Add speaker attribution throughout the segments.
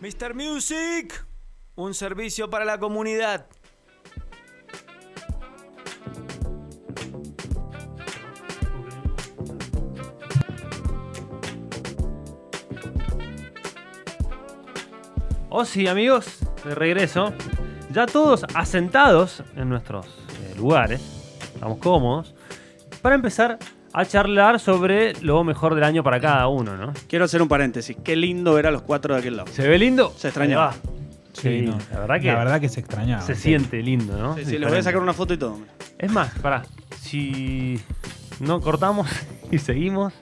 Speaker 1: Mr. Music, un servicio para la comunidad.
Speaker 2: Oh sí, amigos, de regreso. Ya todos asentados en nuestros eh, lugares. Estamos cómodos. Para empezar a charlar sobre lo mejor del año para cada uno, ¿no?
Speaker 3: Quiero hacer un paréntesis. Qué lindo ver a los cuatro de aquel lado.
Speaker 2: ¿Se ve lindo?
Speaker 3: Se extrañaba.
Speaker 2: Ahí va. Sí,
Speaker 4: no.
Speaker 2: la verdad que-
Speaker 4: se extrañaba.
Speaker 2: Se siente lindo, ¿no?
Speaker 3: Sí, sí, les voy a sacar una foto y todo.
Speaker 2: Es más, pará. Si no cortamos y seguimos.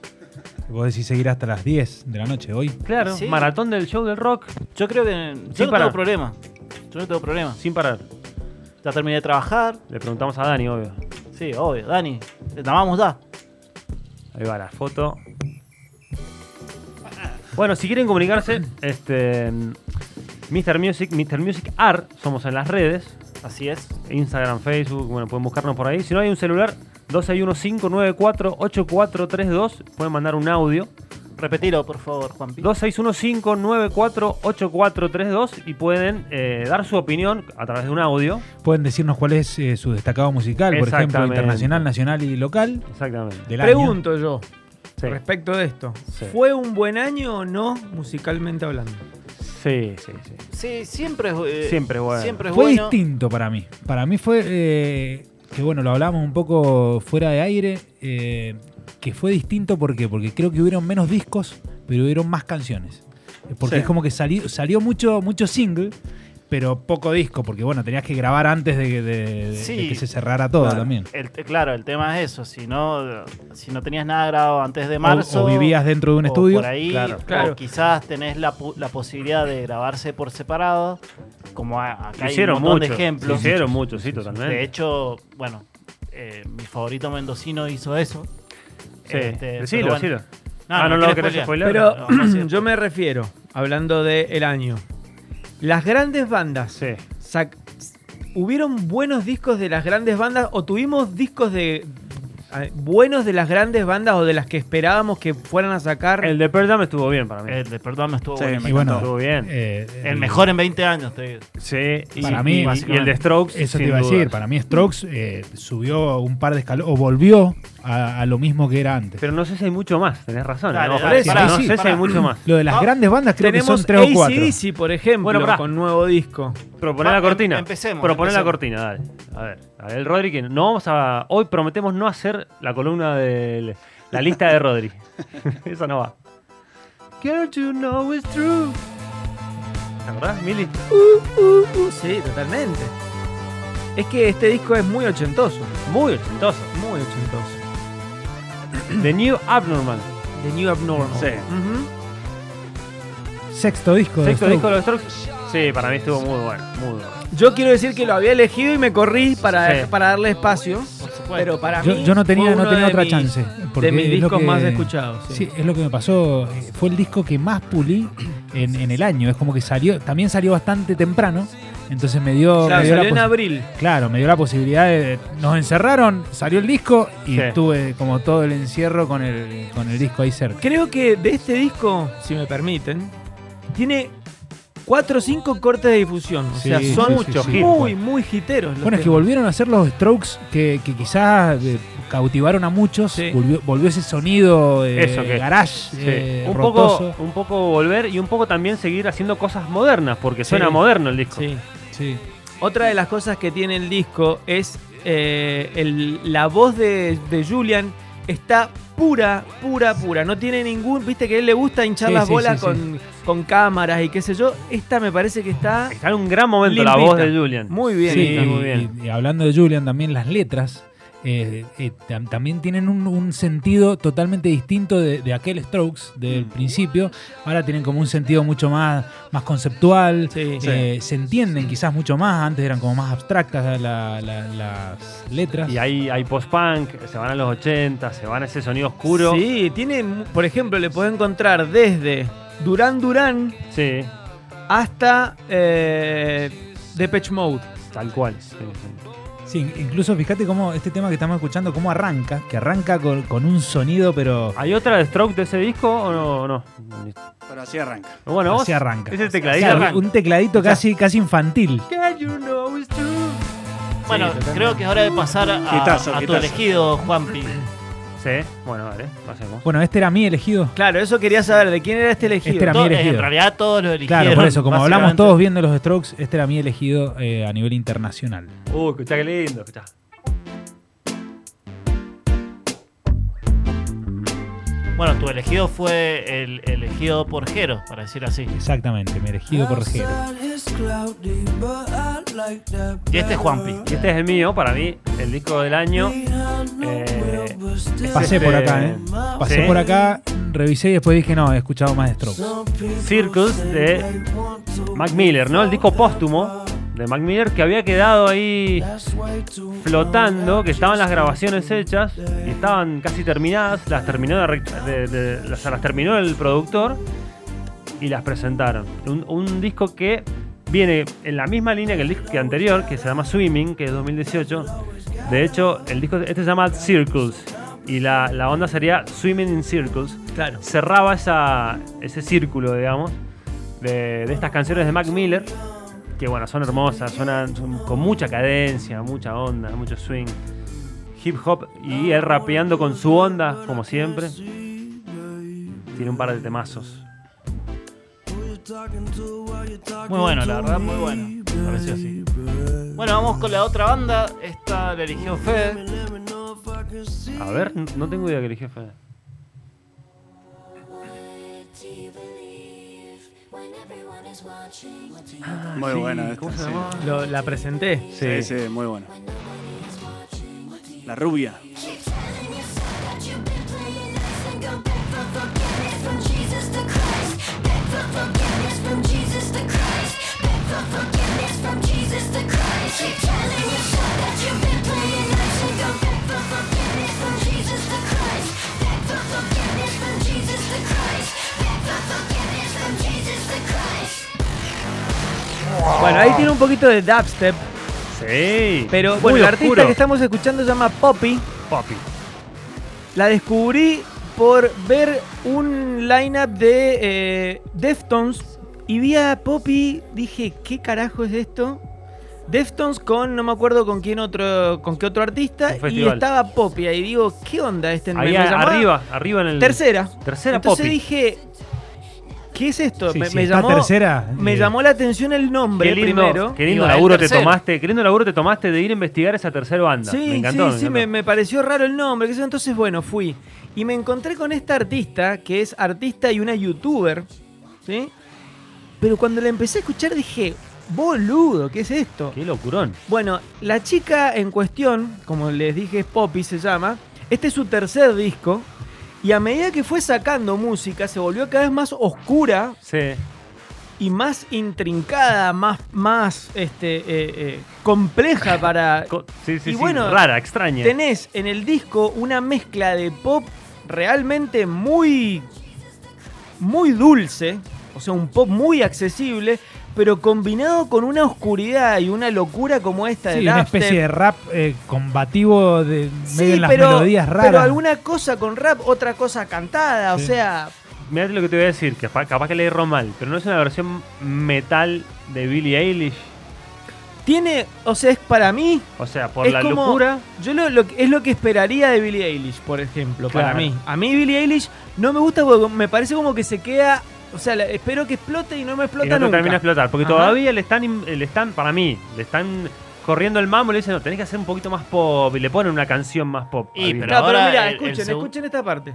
Speaker 4: Vos decís seguir hasta las 10 de la noche hoy.
Speaker 2: Claro,
Speaker 5: Sí.
Speaker 2: maratón del show del rock
Speaker 5: Yo creo que. Yo no
Speaker 2: parar.
Speaker 5: tengo problema. Yo no tengo problema.
Speaker 2: sin parar.
Speaker 5: Ya terminé de trabajar.
Speaker 2: Le preguntamos a Dani, obvio.
Speaker 5: Sí, obvio. Dani, te llamamos ya.
Speaker 2: Ahí va la foto. Bueno, si quieren comunicarse, este Mr. Music, Mr. Music Art, somos en las redes,
Speaker 5: Así es.
Speaker 2: Instagram, Facebook, bueno, pueden buscarnos por ahí. Si no hay un celular, 2615948432, pueden mandar un audio.
Speaker 5: Repetilo, por favor, Juan
Speaker 2: 2615948432 y pueden eh, dar su opinión a través de un audio.
Speaker 4: Pueden decirnos cuál es eh, su destacado musical, por ejemplo,
Speaker 2: Exactamente.
Speaker 4: internacional, nacional y local.
Speaker 2: Exactamente.
Speaker 4: Del
Speaker 1: Pregunto yo
Speaker 2: Sí,
Speaker 1: respecto de esto.
Speaker 2: Sí.
Speaker 1: ¿Fue un buen año o no musicalmente hablando?
Speaker 2: sí, sí. sí.
Speaker 5: Sí, siempre es, eh,
Speaker 2: Siempre es bueno.
Speaker 5: Siempre
Speaker 4: año.
Speaker 5: es
Speaker 4: Fue
Speaker 5: bueno.
Speaker 4: distinto para mí. Para mí fue. eh, que bueno, lo hablábamos un poco fuera de aire. eh, que fue distinto, ¿por qué? Porque creo que hubieron menos discos, pero hubieron más canciones. Eh, Porque
Speaker 3: Sí.
Speaker 4: es como que salió, salió mucho, mucho single, pero poco disco, porque bueno, tenías que grabar antes de, que- de- de-
Speaker 5: Sí.
Speaker 4: de que se cerrara todo
Speaker 3: Claro.
Speaker 4: también.
Speaker 5: El te- claro, el tema es eso. Si no, si no tenías nada grabado antes de
Speaker 4: O-
Speaker 5: marzo.
Speaker 4: o, vivías dentro de un
Speaker 5: o
Speaker 4: estudio.
Speaker 5: Por ahí,
Speaker 2: Claro.
Speaker 5: o
Speaker 1: Claro.
Speaker 5: quizás tenés la, pu- la posibilidad de grabarse por separado. Como a- acá hay
Speaker 2: Hicieron
Speaker 5: un montón
Speaker 2: mucho.
Speaker 5: de ejemplos.
Speaker 2: Hicieron mucho, sí, totalmente.
Speaker 5: De hecho, bueno, eh, mi favorito mendocino hizo eso.
Speaker 2: Sí.
Speaker 5: Este,
Speaker 2: decilo,
Speaker 5: pero bueno.
Speaker 2: decilo.
Speaker 5: No,
Speaker 2: ah, no,
Speaker 5: no
Speaker 2: lo
Speaker 5: quiero
Speaker 2: querés
Speaker 5: spoilear.
Speaker 2: spoiler.
Speaker 1: Pero
Speaker 5: no, no sé.
Speaker 1: yo me refiero, hablando del año, las grandes bandas.
Speaker 2: Sí.
Speaker 1: sac- ¿Hubieron buenos discos de las grandes bandas o tuvimos discos de eh, buenos de las grandes bandas o de las que esperábamos que fueran a sacar?
Speaker 2: El de Pearl Jam estuvo bien para mí.
Speaker 5: El de Perdón me estuvo
Speaker 3: Sí,
Speaker 5: buenísimo.
Speaker 3: me
Speaker 4: y Eh, bueno,
Speaker 2: estuvo bien.
Speaker 4: eh,
Speaker 5: El mejor en 20 años. te-
Speaker 2: sí, y,
Speaker 4: Para mí,
Speaker 2: y- y, el
Speaker 5: básicamente.
Speaker 2: de Strokes.
Speaker 4: Eso
Speaker 2: sin
Speaker 4: te iba a
Speaker 2: duda.
Speaker 4: decir, para mí Strokes eh, subió un par de escalones, o volvió a, a lo mismo que era antes.
Speaker 2: Pero no sé si hay mucho más, tenés razón. ¿eh?
Speaker 5: Dale,
Speaker 2: no,
Speaker 5: dale,
Speaker 2: no
Speaker 4: pará,
Speaker 2: sé
Speaker 4: sí,
Speaker 2: si
Speaker 5: pará.
Speaker 2: hay mucho más.
Speaker 4: Lo de las
Speaker 5: Ah,
Speaker 4: grandes bandas creo que son
Speaker 1: Tenemos
Speaker 4: tres o cuatro.
Speaker 1: AC/DC, por ejemplo,
Speaker 2: Bueno, pará.
Speaker 1: con nuevo disco.
Speaker 2: Proponer
Speaker 5: Va,
Speaker 2: la
Speaker 5: em-
Speaker 2: cortina.
Speaker 5: empecemos,
Speaker 2: Proponer la
Speaker 5: empecemos.
Speaker 2: cortina, dale. A ver, a ver, el Rodri, que no vamos a. Hoy prometemos no hacer la columna de la lista de Rodri. Esa no va. Can't you know it's true? ¿Te acordás, Mili?
Speaker 1: sí, totalmente. Es que este disco es muy ochentoso.
Speaker 2: Muy ochentoso.
Speaker 1: Muy ochentoso.
Speaker 2: The New Abnormal.
Speaker 1: The New Abnormal.
Speaker 3: Sí.
Speaker 1: Ujú.
Speaker 4: Sexto disco de
Speaker 2: Sexto
Speaker 4: Strokes.
Speaker 2: disco de los Strokes. Sí, para mí estuvo muy bueno. Muy bueno.
Speaker 1: Yo quiero decir que lo había elegido y me corrí para,
Speaker 2: Sí.
Speaker 1: para darle espacio.
Speaker 5: Por supuesto.
Speaker 1: Pero para
Speaker 4: Yo,
Speaker 1: mí.
Speaker 4: yo no tenía,
Speaker 1: fue
Speaker 4: no
Speaker 1: uno
Speaker 4: tenía
Speaker 1: de
Speaker 4: otra
Speaker 1: mis-
Speaker 4: chance. porque
Speaker 1: de mis
Speaker 4: es lo
Speaker 1: discos
Speaker 4: que-
Speaker 1: más escuchados. Sí.
Speaker 4: Sí, es lo que me pasó. eh, Fue el disco que más pulí en, en el año. Es como que salió, también salió bastante temprano. Entonces me dio,
Speaker 1: Claro,
Speaker 4: me dio
Speaker 1: salió en
Speaker 4: la posi-
Speaker 1: abril.
Speaker 4: Claro, me dio la posibilidad de. Nos encerraron, salió el disco y
Speaker 2: Sí.
Speaker 4: estuve como todo el encierro con el, con el disco ahí cerca.
Speaker 1: Creo que de este disco, si me permiten, tiene cuatro o cinco cortes de difusión. O
Speaker 4: Sí,
Speaker 1: sea,
Speaker 4: sí,
Speaker 1: son
Speaker 4: sí,
Speaker 1: muchos
Speaker 4: sí, sí.
Speaker 1: muy, muy jiteros. los
Speaker 4: Bueno, es que
Speaker 1: temas.
Speaker 4: volvieron a hacer los strokes que, que quizás eh, cautivaron a muchos.
Speaker 1: Sí.
Speaker 4: Volvió, volvió ese sonido eh,
Speaker 2: Eso que-
Speaker 4: garage,
Speaker 2: Sí.
Speaker 4: eh,
Speaker 2: un,
Speaker 4: rotoso.
Speaker 2: poco, un poco volver y un poco también seguir haciendo cosas modernas, porque
Speaker 1: Sí.
Speaker 2: suena moderno el disco.
Speaker 1: Sí.
Speaker 4: Sí.
Speaker 1: Otra de las cosas que tiene el disco es eh, el- la voz de, de Julian está pura, pura, pura. No tiene ningún. Viste que a él le gusta hinchar
Speaker 4: Sí,
Speaker 1: las
Speaker 4: sí,
Speaker 1: bolas
Speaker 4: sí, sí.
Speaker 1: con, con cámaras y qué sé yo. Esta me parece que está
Speaker 2: Está en un gran momento la
Speaker 1: Limpita.
Speaker 2: voz de Julian.
Speaker 1: muy bien.
Speaker 4: Sí,
Speaker 2: está muy
Speaker 4: y-
Speaker 2: bien.
Speaker 4: Y, hablando de Julian, también las letras eh, eh, tam- también tienen un, un sentido totalmente distinto de, de aquel Strokes del
Speaker 2: Mm.
Speaker 4: principio. Ahora tienen como un sentido mucho más, más conceptual.
Speaker 1: Sí,
Speaker 4: eh, Se entienden quizás mucho más. Antes eran como más abstractas la- la- las letras.
Speaker 2: Y ahí hay post-punk, se van a los 80, se van a ese sonido oscuro.
Speaker 1: Sí, tiene. Por ejemplo, le podés encontrar desde Duran Duran
Speaker 2: Sí,
Speaker 1: hasta eh, Depeche Mode.
Speaker 2: tal cual. sí, sí.
Speaker 4: Sí, incluso fíjate cómo este tema que estamos escuchando, cómo arranca, que arranca con, con un sonido, pero
Speaker 2: ¿Hay otra de Stroke de ese disco o no? o no?
Speaker 3: Pero así arranca.
Speaker 2: Bueno, vos.
Speaker 4: así arranca.
Speaker 2: Ese
Speaker 4: O
Speaker 2: tecladito
Speaker 4: sea,
Speaker 2: arranca.
Speaker 4: un tecladito casi, casi infantil.
Speaker 2: Can you know it's true?
Speaker 5: Bueno,
Speaker 2: totalmente.
Speaker 5: creo que es hora de pasar a,
Speaker 3: Quitazo,
Speaker 5: a tu
Speaker 3: quitazo.
Speaker 5: elegido, Juanpi.
Speaker 2: Sí, bueno, vale, pasemos.
Speaker 4: Bueno, este era mi elegido.
Speaker 1: Claro, eso quería saber, ¿de quién era este elegido?
Speaker 4: Este era-
Speaker 5: Todo-
Speaker 4: mi elegido.
Speaker 5: en realidad todos lo eligieron.
Speaker 4: Claro, por eso, como hablamos
Speaker 5: básicamente.
Speaker 4: todos viendo los Strokes, este era mi elegido eh, a nivel internacional.
Speaker 2: Uh, escuchá qué lindo, escuchá.
Speaker 5: Bueno, tu elegido fue el elegido por Jero, para decir así.
Speaker 4: Exactamente, mi elegido por Jero.
Speaker 5: Y este es Juanpi.
Speaker 2: Y este es el mío, para mí, el disco del año. Eh, es
Speaker 4: Pasé
Speaker 2: este,
Speaker 4: por acá, ¿eh? Pasé
Speaker 2: sí.
Speaker 4: por acá, revisé y después dije, no, he escuchado más de Strokes.
Speaker 2: Circles de Mac Miller, ¿no? El disco póstumo de Mac Miller que había quedado ahí flotando, que estaban las grabaciones hechas y estaban casi terminadas, las terminó, de, rec- de- de- las, las terminó el productor y las presentaron. Un, un disco que viene en la misma línea que el disco que anterior, que se llama Swimming, que es 2018. De hecho, el disco este se llama Circles y la, la onda sería Swimming in Circles
Speaker 1: Claro.
Speaker 2: cerraba esa- ese círculo, digamos, de, de estas canciones de Mac Miller, que bueno, son hermosas, suenan son con mucha cadencia, mucha onda, mucho swing, hip hop, y él rapeando con su onda, como siempre. Tiene un par de temazos.
Speaker 5: Muy bueno, la verdad, muy bueno. Me Pareció así. Bueno, vamos con la otra banda. Esta la eligió Fede.
Speaker 2: A ver, no- no tengo idea que eligió Fede.
Speaker 3: Muy buena
Speaker 2: ¿cómo
Speaker 3: esta,
Speaker 2: se
Speaker 3: sí.
Speaker 2: llamaba?
Speaker 1: Lo- la presenté.
Speaker 3: Sí, sí, muy buena. La rubia.
Speaker 1: Bueno, ahí tiene un poquito de dubstep,
Speaker 2: Sí.
Speaker 1: pero
Speaker 2: Muy
Speaker 1: bueno, la artista
Speaker 2: oscuro.
Speaker 1: que estamos escuchando se llama Poppy.
Speaker 2: Poppy.
Speaker 1: La descubrí por ver un lineup de eh, Deftones y vi a Poppy, dije, ¿qué carajo es esto? Deftones con no me acuerdo con quién otro con qué otro artista
Speaker 2: Un
Speaker 1: y
Speaker 2: festival.
Speaker 1: estaba Poppy ahí digo, ¿qué onda este Me-
Speaker 2: Ahí
Speaker 1: me
Speaker 2: a-
Speaker 1: llamaba-
Speaker 2: arriba, arriba en el.
Speaker 1: Tercera.
Speaker 2: Tercera
Speaker 1: Entonces
Speaker 2: Poppy.
Speaker 1: dije, ¿qué es esto?
Speaker 4: Sí,
Speaker 1: me,
Speaker 4: sí,
Speaker 1: me
Speaker 4: está
Speaker 1: llamó
Speaker 4: tercera.
Speaker 1: me
Speaker 4: eh,
Speaker 1: llamó la atención el nombre
Speaker 2: Qué lindo,
Speaker 1: primero.
Speaker 2: qué lindo
Speaker 5: Iba, el
Speaker 2: laburo te
Speaker 5: tercero.
Speaker 2: tomaste, qué lindo laburo te tomaste de ir a investigar esa tercera banda.
Speaker 1: Sí,
Speaker 2: me encantó.
Speaker 1: sí, sí,
Speaker 2: me
Speaker 1: me,
Speaker 2: encantó.
Speaker 1: me pareció raro el nombre. qué sé yo. Entonces, bueno, fui. Y me encontré con esta artista, que es artista y una youtuber, ¿sí? Pero cuando la empecé a escuchar dije, boludo, ¿qué es esto?
Speaker 2: Qué locurón.
Speaker 1: Bueno, la chica en cuestión, como les dije, es Poppy, se llama. Este es su tercer disco. Y a medida que fue sacando música, se volvió cada vez más oscura,
Speaker 2: Sí.
Speaker 1: y más intrincada, más, más este, eh, eh, compleja para...
Speaker 2: Co- sí, sí,
Speaker 1: Y
Speaker 2: sí,
Speaker 1: bueno,
Speaker 2: rara, extraña.
Speaker 1: Tenés en el disco una mezcla de pop realmente muy, muy dulce, o sea, un pop muy accesible, pero combinado con una oscuridad y una locura como esta
Speaker 4: Sí,
Speaker 1: de
Speaker 4: una especie de rap eh, combativo de medio en las melodías raras.
Speaker 1: pero alguna cosa con rap, otra cosa cantada, o
Speaker 4: Sí.
Speaker 1: sea,
Speaker 2: Mirá lo que te voy a decir, que capaz, capaz que le erro mal, pero no es una versión metal de Billie Eilish.
Speaker 1: tiene, o sea, es para mí
Speaker 2: O sea, por
Speaker 1: Es
Speaker 2: la
Speaker 1: como-
Speaker 2: locura.
Speaker 1: Yo lo, lo que- es lo que esperaría de Billie Eilish, por ejemplo, para
Speaker 2: Claro.
Speaker 1: mí. A mí Billie Eilish no me gusta porque me parece como que se queda, o sea, la- espero que explote y no me
Speaker 2: y
Speaker 1: explota
Speaker 2: no te
Speaker 1: nunca.
Speaker 2: termina de explotar. Porque
Speaker 1: Ajá.
Speaker 2: todavía le están, im- le están, para mí, le están corriendo el mambo y le dicen, no, tenés que hacer un poquito más pop. Y le ponen una canción más pop. Ah,
Speaker 5: Y,
Speaker 2: a Billie.
Speaker 5: pero
Speaker 1: Claro, pero
Speaker 5: ahora
Speaker 1: mira,
Speaker 5: el- el
Speaker 1: escuchen,
Speaker 5: segun-
Speaker 1: escuchen esta parte.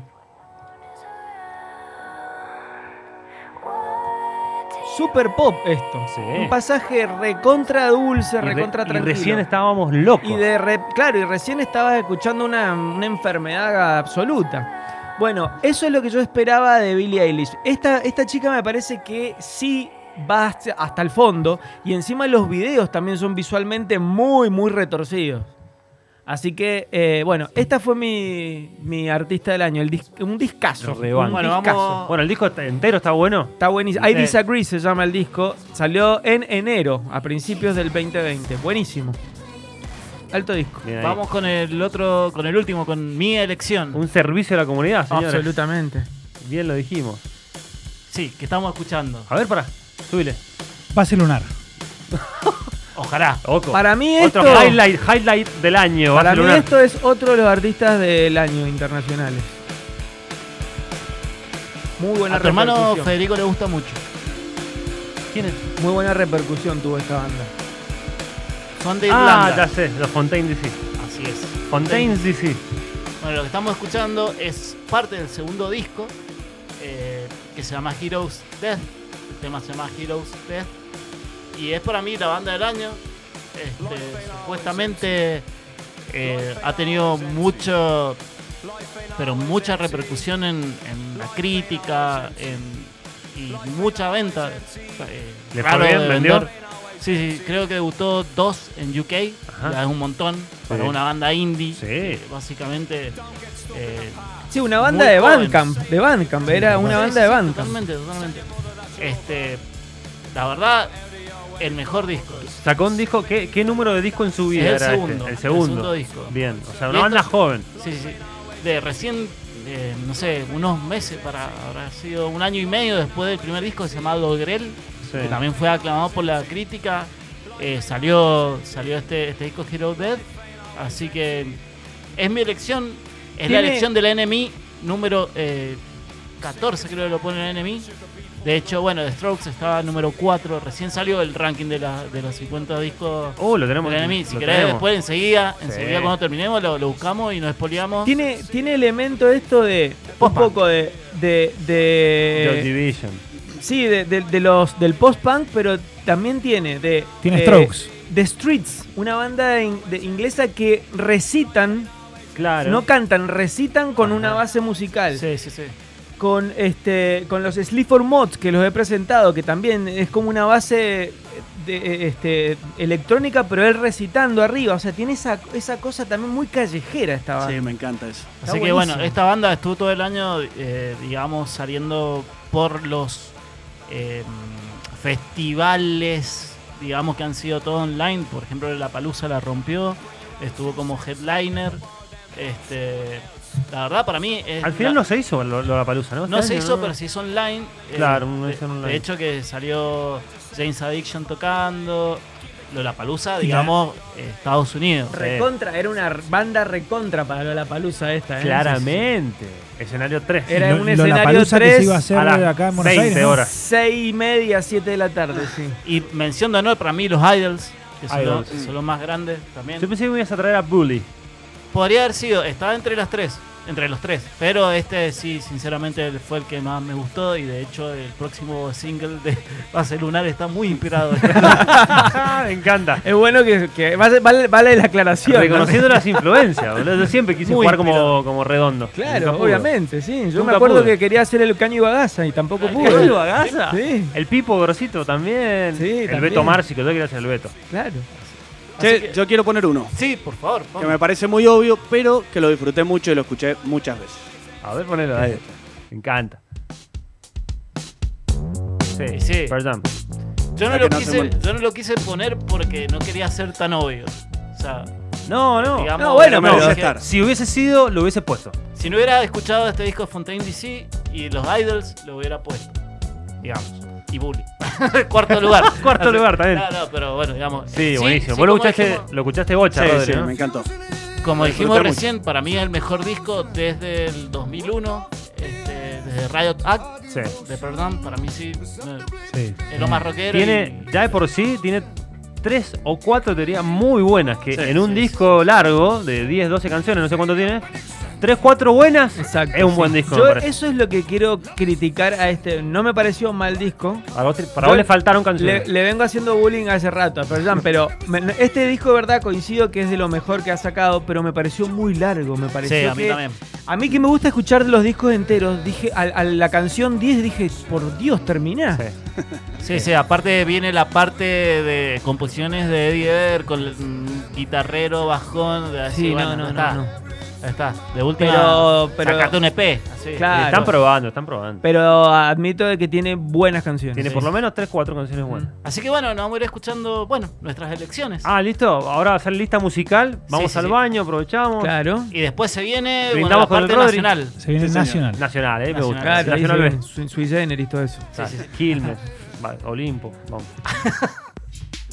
Speaker 1: Super pop esto.
Speaker 2: Sí.
Speaker 1: Un pasaje recontra dulce,
Speaker 2: Y re-
Speaker 1: recontra
Speaker 2: y
Speaker 1: tranquilo.
Speaker 2: recién estábamos locos.
Speaker 1: Y de re- claro, y recién estabas escuchando una, una enfermedad absoluta. Bueno, eso es lo que yo esperaba de Billie Eilish. Esta, esta chica me parece que sí va hasta hasta el fondo y encima los videos también son visualmente muy, muy retorcidos. Así que, eh, bueno, esta fue mi, mi artista del año, el dis- un discazo.
Speaker 2: Lo rebanco.
Speaker 1: un
Speaker 5: Bueno, vamos-
Speaker 1: discazo.
Speaker 2: Bueno, el disco está- entero está bueno.
Speaker 1: Está buenísimo. I
Speaker 5: Sí.
Speaker 1: Disagree se llama el disco. Salió en enero, a principios del 2020. Buenísimo. Alto disco.
Speaker 2: Bien ahí.
Speaker 5: Vamos con el otro, con el último, con mi elección.
Speaker 2: Un servicio a la comunidad, señores.
Speaker 1: Absolutamente.
Speaker 2: Bien lo dijimos.
Speaker 5: Sí, que estamos escuchando.
Speaker 2: A ver, pará. Súbile.
Speaker 4: Pase lunar.
Speaker 5: Ojalá.
Speaker 2: Oco.
Speaker 1: Para mí esto,
Speaker 2: Otro highlight, highlight del año.
Speaker 1: para mí
Speaker 2: Barcelona.
Speaker 1: esto es otro de los artistas del año internacionales. Muy buena
Speaker 5: A tu hermano
Speaker 1: repercusión.
Speaker 5: Federico le gusta mucho.
Speaker 2: ¿Quién es?
Speaker 1: Muy buena repercusión tuvo esta banda.
Speaker 5: Son de
Speaker 2: Ah,
Speaker 5: Irlanda.
Speaker 2: ya sé. Los Fontaine DC.
Speaker 5: Así es.
Speaker 2: Fontaine DC.
Speaker 5: Bueno, lo que estamos escuchando es parte del segundo disco eh, que se llama Heroes Death. El tema se llama Heroes Death. Y es para mí la banda del año. Este, supuestamente eh, ha tenido mucho, pero mucha repercusión en, en la crítica en- y mucha venta. Eh,
Speaker 2: ¿Le fue
Speaker 5: raro
Speaker 2: bien?
Speaker 5: de
Speaker 2: ¿Vendió?
Speaker 5: vender. Sí, sí, creo que debutó dos en UK.
Speaker 2: Ajá.
Speaker 5: Ya es un montón para
Speaker 2: Sí.
Speaker 5: una banda indie.
Speaker 2: Sí.
Speaker 5: Básicamente. eh,
Speaker 1: Sí, una banda
Speaker 5: Muy
Speaker 1: de
Speaker 5: jóvenes.
Speaker 1: Bandcamp. De Bandcamp, era una
Speaker 5: sí,
Speaker 1: banda de
Speaker 5: sí,
Speaker 1: Bandcamp.
Speaker 5: Totalmente, totalmente. Este, la verdad, el mejor disco.
Speaker 2: Sacó un disco. ¿Qué, qué número de disco en su vida
Speaker 5: el
Speaker 2: era
Speaker 5: segundo,
Speaker 2: este?
Speaker 5: el
Speaker 2: El segundo.
Speaker 5: segundo disco.
Speaker 2: Bien. O sea, una
Speaker 5: Y esto-
Speaker 2: banda joven.
Speaker 5: Sí, sí, sí. De recién, eh, no sé, unos meses para. Habrá sido un año y medio después del primer disco que se llamaba Dogrel,
Speaker 2: Sí.
Speaker 5: que también fue aclamado por la crítica. Eh, salió salió este, este disco Hero Dead. Así que es mi elección. Es la
Speaker 1: Tiene-
Speaker 5: elección de la NMI número eh, 14, creo que lo pone la NMI. De hecho, bueno, The Strokes estaba número 4. Recién salió el ranking de, la- de los 50 discos
Speaker 2: Oh, lo tenemos.
Speaker 5: de la NMI. Si
Speaker 2: lo
Speaker 5: querés,
Speaker 2: tenemos.
Speaker 5: después enseguida, enseguida cuando terminemos, lo, lo buscamos y nos espoliamos.
Speaker 1: Tiene, tiene elemento esto de un
Speaker 5: Post-punk.
Speaker 1: poco de. de,
Speaker 5: eh,
Speaker 2: Joy
Speaker 1: de
Speaker 2: Division.
Speaker 1: sí, de, de- de los, del post-punk, pero también tiene de.
Speaker 4: Tiene
Speaker 1: eh,
Speaker 4: Strokes.
Speaker 1: The Streets, una banda de in- de inglesa que recitan,
Speaker 2: Claro.
Speaker 1: no cantan, recitan con
Speaker 2: Ajá.
Speaker 1: una base musical.
Speaker 5: Sí, sí, sí.
Speaker 1: Con este con los Sleep for Mods que los he presentado, que también es como una base de, eh, este, electrónica, pero él recitando arriba. O sea, tiene esa, esa cosa también muy callejera esta banda.
Speaker 6: Sí, me encanta eso.
Speaker 5: Así que
Speaker 1: buenísimo.
Speaker 5: bueno, esta banda estuvo todo el año, eh, digamos, saliendo por los eh, festivales, digamos, que han sido todos online. Por ejemplo, La Palusa la rompió, estuvo como headliner. Este, la verdad, para mí. es
Speaker 2: Al final
Speaker 5: la-
Speaker 2: no se hizo lo, lo la palusa, ¿no?
Speaker 5: no
Speaker 2: Este
Speaker 5: se
Speaker 2: año,
Speaker 5: hizo,
Speaker 2: ¿no?
Speaker 5: pero se hizo online. eh,
Speaker 2: Claro, una
Speaker 5: de,
Speaker 2: edición online.
Speaker 5: de hecho, que salió James Addiction tocando. Lollapalooza, digamos, eh, Estados Unidos.
Speaker 1: Recontra, era una banda recontra para la palusa esta, ¿eh?
Speaker 2: Claramente. Escenario 3.
Speaker 1: Era
Speaker 4: Lo-
Speaker 1: un
Speaker 4: Lollapalooza
Speaker 1: escenario
Speaker 4: que se
Speaker 1: tres
Speaker 4: iba a hacer
Speaker 2: a las
Speaker 4: acá en Buenos
Speaker 2: 20
Speaker 4: Aires. ¿no?
Speaker 2: horas.
Speaker 1: Seis y media, siete de la tarde, sí.
Speaker 5: Y mención de honor para mí los Idols, que son,
Speaker 2: Idols.
Speaker 5: Los, son los más grandes también.
Speaker 2: Yo pensé que me ibas a traer a Bully.
Speaker 5: Podría haber sido, estaba entre las tres, entre los tres, pero este sí, sinceramente fue el que más me gustó y de hecho el próximo single de Base Lunar está muy inspirado.
Speaker 2: Ah, me encanta.
Speaker 1: Es bueno que, que vale, vale- vale la aclaración. ¿no?
Speaker 2: Reconociendo las influencias, boludo. Yo siempre quise
Speaker 1: Muy
Speaker 2: jugar como,
Speaker 1: inspirado.
Speaker 2: como redondo. Nunca
Speaker 1: Claro,
Speaker 2: pude.
Speaker 1: obviamente, sí. Yo
Speaker 2: Nunca
Speaker 1: me acuerdo
Speaker 2: pudo.
Speaker 1: que quería hacer el caño y bagaza y tampoco
Speaker 5: ¿El
Speaker 1: pude.
Speaker 5: Caño y
Speaker 1: bagaza? Sí,
Speaker 2: El Pipo Grosito también.
Speaker 1: Sí,
Speaker 2: el
Speaker 1: también.
Speaker 2: Beto Marci, que yo quería hacer el Beto.
Speaker 1: claro.
Speaker 6: Che,
Speaker 5: que-
Speaker 6: yo quiero poner uno,
Speaker 5: sí, por favor. pon.
Speaker 6: que me parece muy obvio, pero que lo disfruté mucho y lo escuché muchas veces.
Speaker 2: A ver, ponelo ahí. Me encanta. Sí,
Speaker 5: Sí.
Speaker 2: Perdón.
Speaker 5: Yo, no
Speaker 6: Ya
Speaker 5: lo
Speaker 6: que no
Speaker 5: quise,
Speaker 6: hacemos-
Speaker 5: yo no lo quise poner porque no quería ser tan obvio. O sea,
Speaker 2: No, no.
Speaker 5: digamos,
Speaker 1: no, bueno,
Speaker 6: pero-
Speaker 5: dije,
Speaker 6: estar.
Speaker 2: Si hubiese sido, lo hubiese puesto.
Speaker 5: si no hubiera escuchado este disco de Fontaine DC y los Idols, lo hubiera puesto. Digamos. Y Bully. Cuarto lugar.
Speaker 2: Cuarto
Speaker 5: Así-
Speaker 2: lugar también.
Speaker 5: No, no, pero bueno, digamos.
Speaker 2: Sí,
Speaker 5: eh,
Speaker 2: buenísimo.
Speaker 5: sí,
Speaker 2: Vos lo
Speaker 5: como
Speaker 2: escuchaste,
Speaker 5: dijimos-
Speaker 2: lo escuchaste bocha,
Speaker 6: Sí,
Speaker 2: Rodri,
Speaker 6: sí,
Speaker 2: ¿no?
Speaker 6: me encantó.
Speaker 5: Como
Speaker 6: Lo
Speaker 5: dijimos
Speaker 6: disfruté
Speaker 5: recién, para mí es el mejor disco desde el 2001, este, desde Riot Act,
Speaker 2: Sí.
Speaker 5: de Perdón, para mí sí, no,
Speaker 4: Sí.
Speaker 5: es lo más rockero.
Speaker 2: Tiene,
Speaker 5: y-
Speaker 2: ya de por sí, tiene tres o cuatro teorías muy buenas. Que
Speaker 5: Sí,
Speaker 2: en un
Speaker 5: sí,
Speaker 2: disco largo, de 10, 12 canciones, no sé cuánto tiene, tres, cuatro buenas,
Speaker 1: Exacto,
Speaker 2: es un
Speaker 1: sí.
Speaker 2: buen disco.
Speaker 1: Yo
Speaker 2: me parece.
Speaker 1: eso es lo que quiero criticar a este. No me pareció mal disco.
Speaker 2: para vos, te- para
Speaker 1: yo
Speaker 2: vos le faltaron
Speaker 1: Le,
Speaker 2: canciones.
Speaker 1: le vengo haciendo bullying hace rato a Pearl Jam, pero me- no, este disco de verdad coincido que es de lo mejor que ha sacado, pero me pareció muy largo, me pareció
Speaker 5: Sí, a mí
Speaker 1: que-
Speaker 5: también.
Speaker 1: A mí que me gusta escuchar los discos enteros, dije al- a, la canción 10 dije, por Dios, terminá.
Speaker 2: Sí.
Speaker 5: Sí, sí, aparte viene la parte de composiciones de Eddie Vedder con el, mm, guitarrero, bajón, de así,
Speaker 1: Sí,
Speaker 5: bueno,
Speaker 1: no, no,
Speaker 5: está.
Speaker 1: no, no.
Speaker 5: Ahí está. De última,
Speaker 1: Pero- pero-
Speaker 5: sacate un EP. Así.
Speaker 1: Claro.
Speaker 2: Están probando, están probando.
Speaker 1: Pero admito de que tiene buenas canciones.
Speaker 2: Tiene
Speaker 5: sí.
Speaker 2: por lo menos 3, 4 canciones buenas.
Speaker 5: Así que bueno, nos vamos a ir escuchando, bueno, nuestras elecciones.
Speaker 2: Ah, listo. Ahora va a ser lista musical. Vamos
Speaker 5: sí,
Speaker 2: al
Speaker 5: sí.
Speaker 2: baño, aprovechamos.
Speaker 1: Claro.
Speaker 5: Y después se viene bueno,
Speaker 2: Brindamos
Speaker 5: la
Speaker 2: con el
Speaker 5: parte
Speaker 2: Rodri.
Speaker 5: nacional.
Speaker 4: Se viene
Speaker 6: Sí, señor.
Speaker 4: Nacional.
Speaker 2: Nacional, eh, me gusta.
Speaker 5: Nacional.
Speaker 1: Claro, ahí
Speaker 2: Nacional
Speaker 1: se
Speaker 2: B.
Speaker 1: ven sui- Sui generis, todo eso.
Speaker 5: Sí, sí, sí.
Speaker 2: Quilmes, va, Olimpo, vamos.